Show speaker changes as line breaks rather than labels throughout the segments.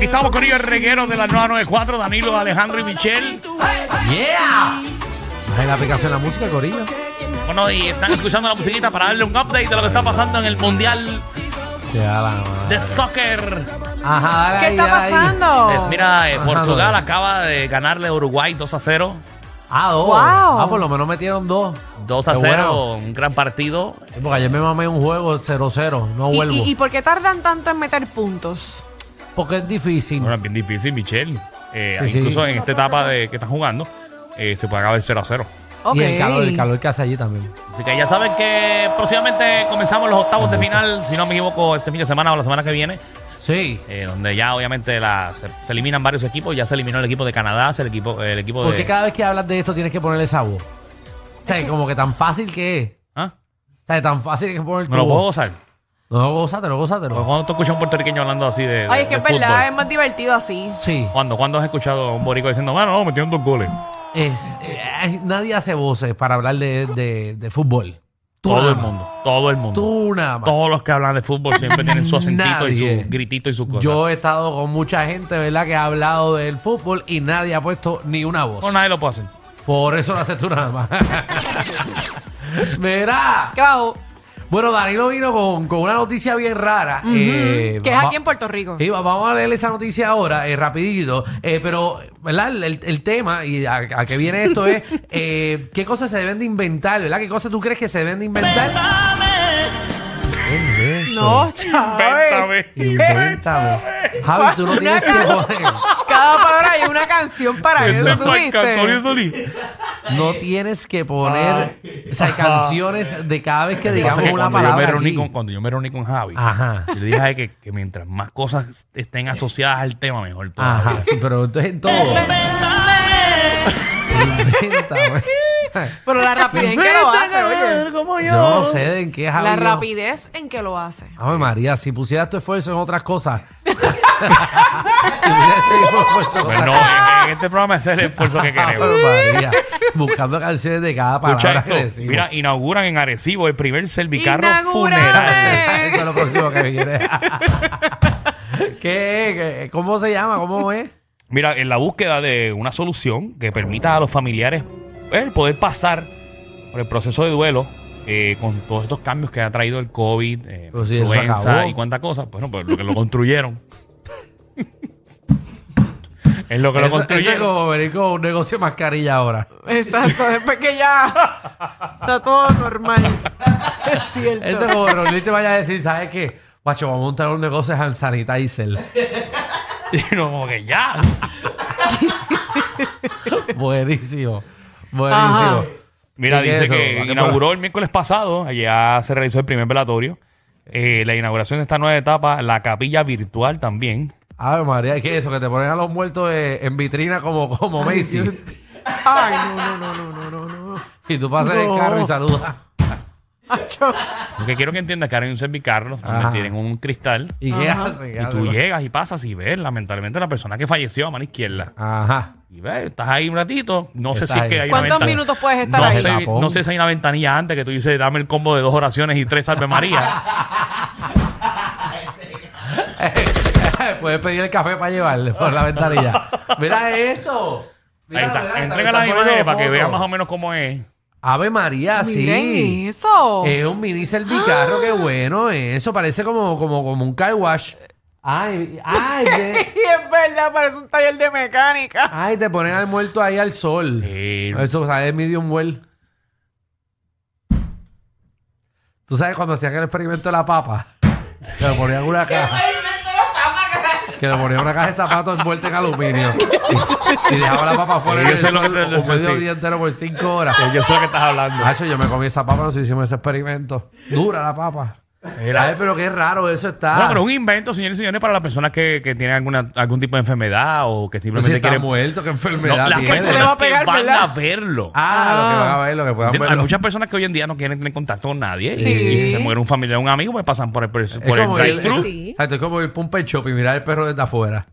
Estamos con ellos el reguero de la 994, Danilo, Alejandro y Michelle.
¡Yeah! Hay la aplicación de la música, Corillo.
Bueno, y están escuchando la musiquita para darle un update de lo que está pasando en el Mundial
Sea la madre.
de Soccer.
Ajá, dale
¿Qué
ahí,
está
dale ahí.
pasando?
Es- mira, eh,
Ajá,
Portugal
dale.
acaba de ganarle a Uruguay 2 a 0.
Ah, dos.
Wow.
Ah, por lo menos metieron dos.
2 a
Qué
0,
bueno.
un gran partido.
Sí, Porque ayer me mamé un juego 0-0. No
¿Y,
vuelvo.
y, y por qué tardan tanto en meter puntos?
Porque es difícil.
Bueno, es bien difícil, Michelle. Eh,
Sí, sí.
Incluso en esta etapa de que están jugando, eh, se puede acabar 0 a 0.
Ok.
Y el calor, el calor que hace allí también.
Así que ya saben que próximamente comenzamos los octavos de final, si no me equivoco, este fin de semana o la semana que viene,
Sí.
eh, donde ya obviamente la- se, se eliminan varios equipos. Ya se eliminó el equipo de Canadá, se el equipo, el equipo
Porque
de.
cada vez que hablas de esto tienes que ponerle sabor. O sea, como que tan fácil que es.
¿Ah?
O sea, tan fácil que es poner
No lo
tu-
puedo gozar.
No, no, gózatelo, gózatelo.
Porque cuando tú escuchas a un puertorriqueño hablando así de.
Ay,
de-
es que
de
es verdad,
fútbol.
es más divertido así.
Sí.
¿Cuándo, ¿Cuándo has escuchado a un borico diciendo, bueno, no, metieron dos goles?
Es, eh, ay, nadie hace voces para hablar de, de- de fútbol. Tú
todo
nada
el
más.
mundo, todo el mundo.
Tú nada más.
Todos los que hablan de fútbol siempre tienen su acentito y
Nadie.
su gritito y sus cosas.
Yo he estado con mucha gente, ¿verdad?, que ha hablado del fútbol y nadie ha puesto ni una voz.
No, nadie lo puede hacer.
Por eso lo haces tú nada más. Mira.
¿Qué bajo?
Bueno, Danilo vino con, con una noticia bien rara. eh,
que es
va-
aquí en Puerto Rico.
Sí, va- vamos a leer esa noticia ahora, eh, rapidito. Eh, pero, ¿verdad? El, el- el tema y a, a qué viene esto es eh, qué cosas se deben de inventar, ¿verdad? ¿Qué cosas tú crees que se deben de inventar? ¿Qué es eso?
No, chaval.
Véntame.
Invéntame. Javi, tú no tienes que joder.
Cada palabra hay una canción para
Ese
eso,
es
¿tú
Marc Antonio
viste?
Solís.
No tienes que poner o sea, canciones de cada vez que digamos
Pasa que
una
cuando yo me
palabra.
reuní
aquí. Ah.
con- Cuando yo me reuní con Javi,
Ajá.
yo le dije a él que, que mientras más cosas estén asociadas al tema, mejor todavía.
Ajá, sí, pero entonces en todo. Invéntame.
Pero la rapidez en que lo hace, oye.
Yo no sé en qué Javi.
La
no-
rapidez en que lo hace.
Ave María, si pusieras tu esfuerzo en otras cosas. si pusieras ese mismo esfuerzo en
Pues
otras
no, en, en este programa es el esfuerzo que queremos.
Ave María, buscando canciones de cada
Escucha
palabra que
esto.
decimos.
Mira, inauguran en Arecibo el primer cervicarro
Inaugurame.
funeral.
Eso es lo próximo que viene. ¿Qué, ¿Qué? ¿Cómo se llama? ¿Cómo es?
Mira, en la búsqueda de una solución que permita a los familiares eh, poder pasar por el proceso de duelo eh, con todos estos cambios que ha traído el COVID, eh,
Pero si eso se
influenza
acabó.
y cuántas cosas, bueno, pues lo que lo construyeron. es lo que lo
Eso- eso es
construyeron.
como venir con un negocio de mascarilla ahora.
Exacto, después que ya está todo normal. Es cierto.
Eso es como reunirte y vaya a decir, ¿sabes qué? Macho, vamos a montar un negocio de hand sanitizer.
Y no, como que ya.
Buenísimo. Buenísimo.
Ajá.
Mira,
¿Y qué es
dice
eso?
que
¿A qué
inauguró el miércoles pasado, allá se realizó el primer velatorio. Eh, la inauguración de esta nueva etapa, la capilla virtual también.
Ave María, ¿qué es eso? Que te ponen a los muertos eh, en vitrina como, como
Ay,
Macy.
Dios. Ay, no, no, no, no, no, no, no.
Y tú pasas
No.
el carro y saludas.
Acho.
Lo que quiero que entiendas es que ahora hay un cervicarro donde
Ajá.
tienen un cristal
¿Y qué
Ajá.
haces? ¿Qué
Y tú
haces?
llegas y pasas y ves, lamentablemente, la persona que falleció a mano izquierda.
Ajá.
Y ves, estás ahí un ratito. No sé
Estás
si es que
ahí.
hay una
¿Cuántos
ventana-
minutos puedes estar
No
ahí?
Ese
sé,
tapón.
no sé si hay una ventanilla antes que tú dices, dame el combo de dos oraciones y tres Salve María.
Puedes pedir el café para llevarle por la ventanilla. ¡Mira eso!
ahí
Mira, mira,
está.
está-
Entrega
está
las
poniendo
imágenes para que
foto.
veas más o menos cómo es.
Ave María, Ah,
Miren
sí. Eh,
eso.
Es un mini servicarro, qué bueno eso. Parece como, como, como un car wash. Ay, ay, qué-
Y es verdad, parece un taller de mecánica.
ay, te ponen al muerto ahí al sol.
Sí.
Eso, o sea, es medium well. ¿Tú sabes cuando hacían el experimento de la papa? Que le ponían una caja. Que le ponían una caja de zapatos envuelta en aluminio. Y, y dejaba la papa fuera
Sí,
en el
eso es lo
sol
que te-
un
sí,
medio
sí.
día entero por cinco horas.
Yo sé lo que estás hablando.
Nacho, yo me comí esa papa, no sé si hicimos ese experimento. Dura la papa. Ay, pero qué raro eso está.
Bueno, pero es un invento, señores y señores, para las personas que, que tienen alguna, algún tipo de enfermedad o que
Pero Pues si
simplemente
está
quieren.
muerto, qué
No,
enfermedad
las
tiene.
se le
personas
va a
que
pegar,
van
¿verdad?
a verlo.
Ah, lo que van a ver, lo que puedan
Entiendo, Hay
verlo.
muchas personas que hoy en día no quieren tener contacto con nadie.
Sí.
Y si se muere un familiar o un amigo, pues pasan por el, por
Es
el
como,
drive-thru.
ir, es- exacto, es como ir para un pet shop y mirar el perro desde afuera.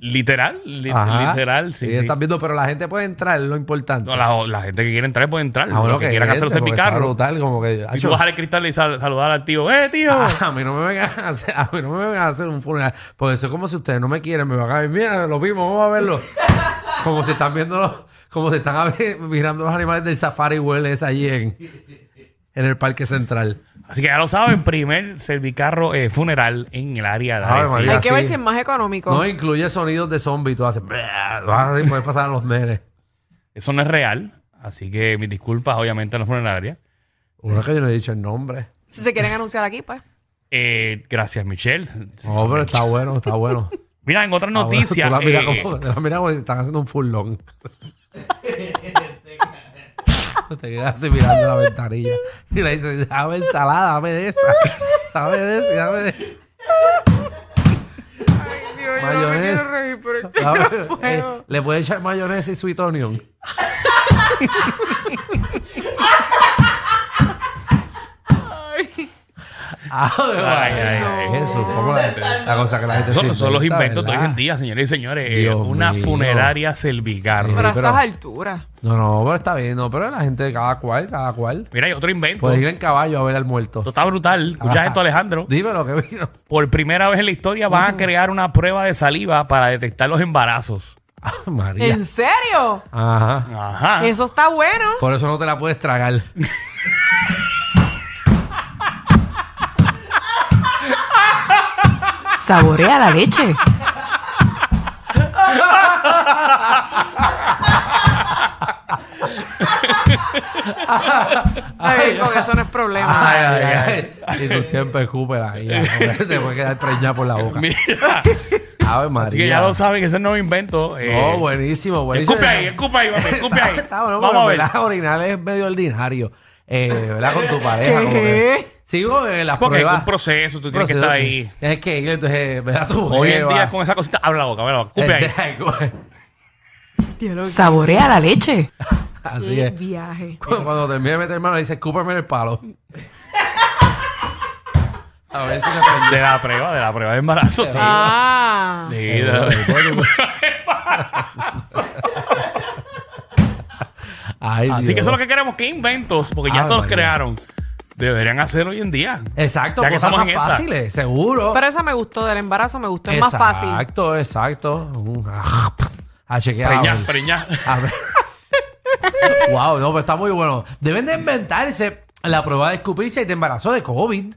Literal, li-
Ajá.
literal, sí.
Y
sí.
están viendo, pero la gente puede entrar, es lo importante.
No, la, la gente que quiere entrar puede entrar.
Ah, bueno,
los que, quieran hacer
gente,
los
porque está
carro.
brutal, como que.
Y tú
acho,
bajar el cristal y sal- saludar al tío. ¡Eh, tío!
Ah, a mí no me vengan a hacer, a mí no me vengan a hacer un funeral. Porque eso es como si ustedes no me quieren, me van a ver, mira, lo vimos, vamos a verlo. como se están viendo los, como se están a ver- mirando los animales del Safari World es allí en, en el Parque Central.
Así que ya lo saben, primer servicarro eh, funeral en el área de
Ave
Arecibo.
María.
Hay que
sí.
ver si es más económico.
No incluye sonidos de zombies, tú haces. Vas a poder pasar a los nenes.
Eso no es real. Así que mis disculpas, obviamente, a la funeraria.
Uno que yo no he dicho el nombre.
Si se quieren anunciar aquí, pues.
Eh, gracias, Michelle.
No, pero está bueno, está bueno.
Mira, en otras
Está Ah, bueno.
noticias.
Tú la miras
eh,
como, la miras como si están haciendo un furlón. Te quedas así mirando la ventanilla. Y le dices, dame ensalada, dame de esa. Dame de esa, y dame de esa.
Ay, Dios,
yo no me Mayonesa. quiero
reír, pero
Dame- eh, le puedes echar mayonesa y sweet onion. Ave
ay,
María.
ay, ay.
Jesús, cómo la, Ah, la cosa que la gente
Son,
se
son los
inventa,
inventos de hoy
¿verdad?
en día, señores y señores. Eh,
Dios
una
mío.
funeraria servicarro.
Pero a
pero-
estas alturas.
No, no, pero está bien, no, pero la gente de cada cual, cada cual.
Mira, hay otro invento.
Puedes ir en caballo a ver al
Esto
muerto.
está brutal. Escucha
Pues, Ajá.
esto, Alejandro.
Dímelo que vino.
Por primera vez en la historia van a crear una prueba de saliva para detectar los embarazos.
Ah, María.
¿En serio?
Ajá. Ah.
Ajá.
Eso está bueno.
Por eso no te la puedes tragar. Pues,
Saborea la leche. Ay, con eso no es
Ah.
problema.
Ay, ay,
Y tú siempre escúpela ahí. porque Te puedes quedar preñada por la boca.
Mira,
Ave
así
María.
que ya lo saben que ese nuevo invento. eh,
No, buenísimo, buenísimo.
Escupe ahí, escupe ahí, papi, escupe ahí.
Está bueno,
Vamos a ver.
¿verdad? Orinar es medio ordinario. Eh, ¿Verdad? Con tu pareja.
¿Qué?
como que- Sigo en las
Porque es
pruebas.
un proceso, tú tienes que estar ahí.
Tienes que ir, entonces, eh, ¿verdad? Tu
Pues Hoy en
jeva. Este,
día con esa cosita, habla la boca, habla la boca, escupe ahí.
Saborea la leche.
Así
Qué
es.
viaje.
Cuando, cuando termine de meter mano, dice, escúpame en el palo. A ver si me prende.
De la prueba, de la prueba de embarazo. sí.
Ah.
Sí, de la-
Ay,
Así
Dios.
que eso es lo que queremos, que inventos, porque ya
Ave
todos los
María.
crearon. Deberían hacer hoy en día.
Exacto,
Ya que
cosas
estamos
más
en esta.
fáciles, seguro.
Pero esa me gustó, del embarazo me gustó, es más
exacto,
fácil.
Exacto, exacto. Un- ah, A chequear. a
Preñar,
ver.
preñar.
A ver. wow, no, pero está muy bueno. Deben de inventarse la prueba de escupirse y te embarazó de COVID.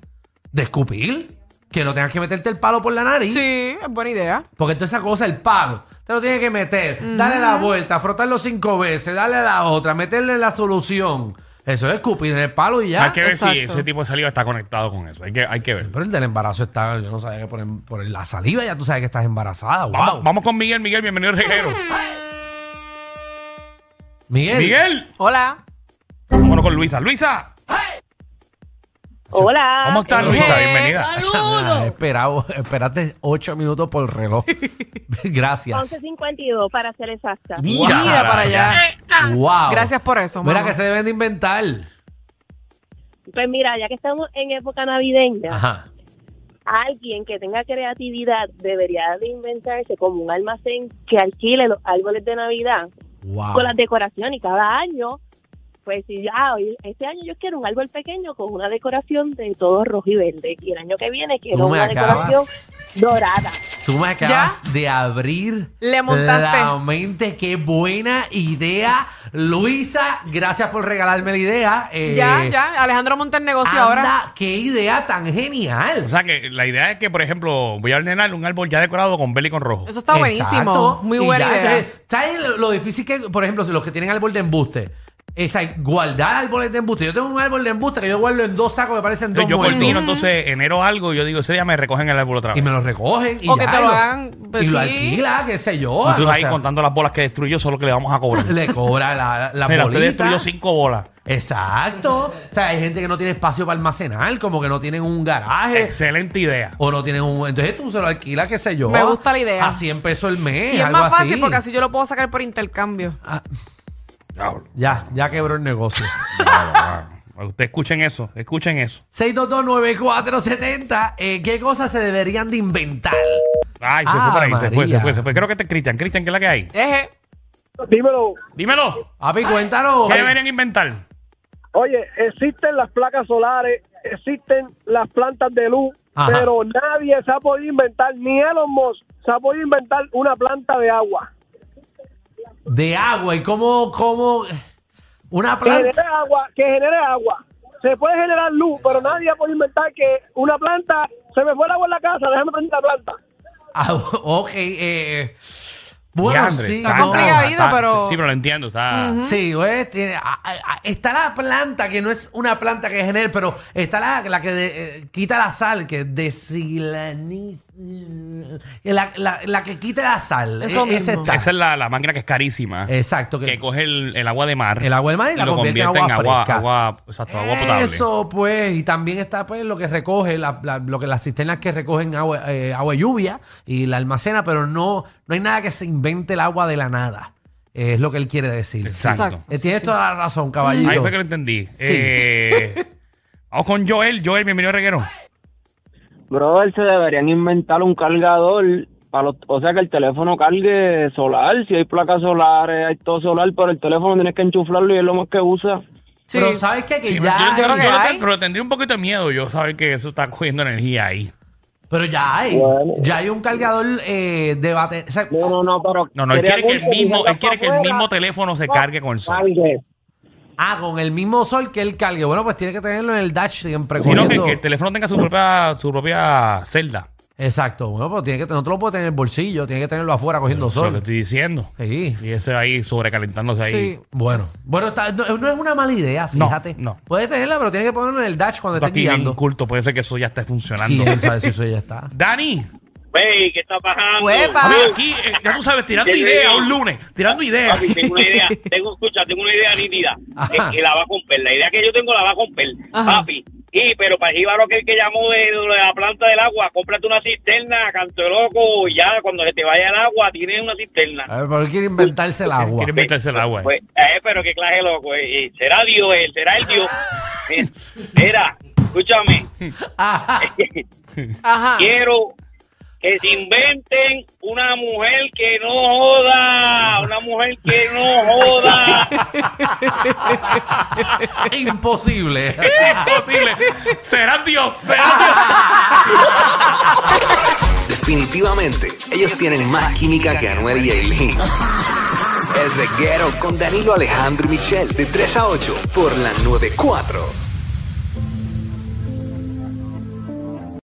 De escupir. Que no tengas que meterte el palo por la nariz.
Sí, es buena idea.
Porque toda esa cosa, el palo, te lo tienes que meter, dale la vuelta, frotarlo cinco veces, dale la otra, meterle la solución. Eso es escupir en el palo y
Hay
ya.
que ver si
exacto.
ese tipo de saliva está conectado con eso. Hay que, hay que ver.
Pero el del embarazo está, yo no sabía que por, em- por la saliva ya tú sabes que estás embarazada. Wow.
Vamos, vamos con Miguel, Miguel, bienvenido al reguero.
Miguel.
Miguel,
Hola.
vámonos con Luisa. Luisa,
Hola.
¿cómo estás, Luisa?
Eh,
Bienvenida.
Ah, esperado, espérate ocho minutos por reloj. Gracias.
11.52 para ser exacta.
Mira para allá.
Eh,
Wow.
Gracias por eso,
Mira
mamá.
que se deben de inventar.
Pues mira, ya que estamos en época navideña,
Ajá.
alguien que tenga creatividad debería de inventarse como un almacén que alquile los árboles de Navidad
Wow.
con las decoraciones y cada año, pues si ya hoy- este año yo quiero un árbol pequeño con una decoración de todo rojo y verde y el año que viene quiero
Tú me
una decoración
acabas.
dorada.
Tú me acabas de abrir
Le montaste.
la mente. Qué buena idea. Luisa, gracias por regalarme la idea. Eh,
Ya, ya, Alejandro monta el negocio
anda,
ahora.
qué idea tan genial.
O sea que la idea es que, por ejemplo, voy a ordenar un árbol ya decorado con verde y con rojo.
Eso está buenísimo.
Exacto.
Muy
Y
buena
ya,
idea.
entonces, ¿Sabes lo, lo difícil que, por ejemplo, los que tienen árbol de embuste? Esa, guardar árboles de embuste. Yo tengo un árbol de embuste que yo guardo en dos sacos que parecen dos
Entonces, yo
muertos.
coordino, entonces enero algo y yo digo, ese día me recogen el árbol otra
Y
vez.
me lo recogen. Y
O que
ya,
te
y
lo hagan, pues,
Y lo
sí.
alquila, qué sé yo.
Y tú
o
ahí
sea,
contando las bolas que destruyó, solo que le vamos a cobrar.
Le cobra la, la
Mira, usted
bolita.
destruyó cinco bolas.
Exacto. O sea, hay gente que no tiene espacio para almacenar, como que no tienen un garaje.
Excelente idea.
o no tienen un. Entonces tú se lo alquilas, qué sé yo.
Me gusta la idea.
A 100 pesos el mes.
Y es
algo
más fácil
así.
porque así yo lo puedo sacar por intercambio.
Ya, ya quebró el negocio.
Ustedes escuchen eso, escuchen eso.
6229470. eh, ¿Qué cosas se deberían de inventar?
Ay, se
Ah,
fue por ahí, se fue, se
María.
fue, se fue. Creo que este es Cristian. Cristian, ¿qué es la que hay?
Eje.
Dímelo.
Dímelo.
Papi, cuéntanos.
¿Qué deberían inventar?
Oye, existen las placas solares, existen las plantas de luz,
Ajá.
pero nadie se ha podido inventar, ni Elon Musk se ha podido inventar una planta de agua.
De agua y cómo, cómo una
Que
planta.
genere agua, que genere agua. Se puede generar luz, pero nadie ha podido inventar que una planta se me fue el agua en la casa, déjame prender la planta.
Ah, ok, eh, bueno,
Diandre,
sí.
está-
no.
complicadito, pero-
Sí, pero lo entiendo, está.
Sí, pues, tiene- a- a- a- está la planta que no es una planta que genera, pero está la, la que de- eh, quita la sal, que desilaniza. La, la, la que quita la sal.
Eso
E- esa
mismo.
está.
Esa es la, la máquina que es carísima.
Exacto.
que
Que,
coge el, el agua de mar.
el agua del mar y la
lo
convierte, en agua, fresca.
agua, exacto, agua potable.
Eso, pues, y también está pues lo que recoge, la- la- lo que las cisternas que recogen agua, eh, agua y lluvia y la almacena, pero no, no hay nada que se invente el agua de la nada. Eh, es lo que él quiere decir.
Exacto.
Exacto.
Eh, tienes
Sí.
toda la razón, caballito.
Ahí fue que lo entendí.
Sí.
Eh, vamos con Joel. Joel, bienvenido a Reguero.
Brother, se deberían inventar un cargador, para los- o sea que el teléfono cargue solar, si hay placas solares, hay todo solar, pero el teléfono tienes que enchuflarlo y es lo más que usa.
Sí.
Pero sabes qué? que
Sí,
ya
yo, yo
hay,
creo que
yo
lo
hay.
ten- pero tendría un poquito de miedo yo saber que eso está cogiendo energía ahí.
pero ya hay,
Bueno.
ya hay un cargador eh, de batería.
No, no, no, pero...
No, no, él quiere
sería
que el
justo
mismo,
sacarla
él quiere
pa'
que el
afuera,
mismo teléfono se cargue con el sol.
cargue.
ah, con el mismo sol que él cargue. Bueno, pues tiene que tenerlo en el dash siempre.
Sino que,
corriendo.
que el teléfono tenga su propia, su propia celda.
Exacto. Bueno, pues tiene que, no te lo puede tener en el bolsillo, tiene que tenerlo afuera cogiendo
Eso lo
sol.
estoy diciendo.
Sí.
Y ese ahí sobrecalentándose ahí.
Sí.
Bueno, bueno está- no, no es una mala idea,
No,
fíjate.
no.
Puede tenerla, pero tiene que ponerlo en el dash cuando
Esto
esté
aquí bien
guiando.
culto, puede ser que eso ya esté
Y
funcionando.
él sabe si eso ya está.
Dani,
Wey, ¿qué está pasando?
Huepa.
a ver, aquí, eh, ya tú sabes, tirando
Sí, sí,
ideas
sí.
un lunes, tirando ideas.
Papi, tengo una idea, tengo, escucha, tengo una idea nítida,
Ajá.
que, que la va a comprar, la idea que yo tengo la va a comprar,
Ajá.
papi, y pero para Jíbaro aquel que llamó de, de la planta del agua, cómprate una cisterna, canto de loco, y ya cuando se te vaya el agua, tienes una cisterna.
A ver, pero él quiere inventarse el agua.
Quiere Ah, meterse el agua.
Pues, eh, pero qué clase de loco, eh, eh, será Dios, él, será el Dios. Mira, escúchame,
Ajá.
Ajá.
quiero que se inventen una mujer que no joda, una mujer que no joda.
Imposible.
Imposible. Será Dios, será Dios.
Definitivamente, ellos tienen más química que Anuel y Aileen. El reguero con Danilo Alejandro y Michel de 3 a 8 por la 94.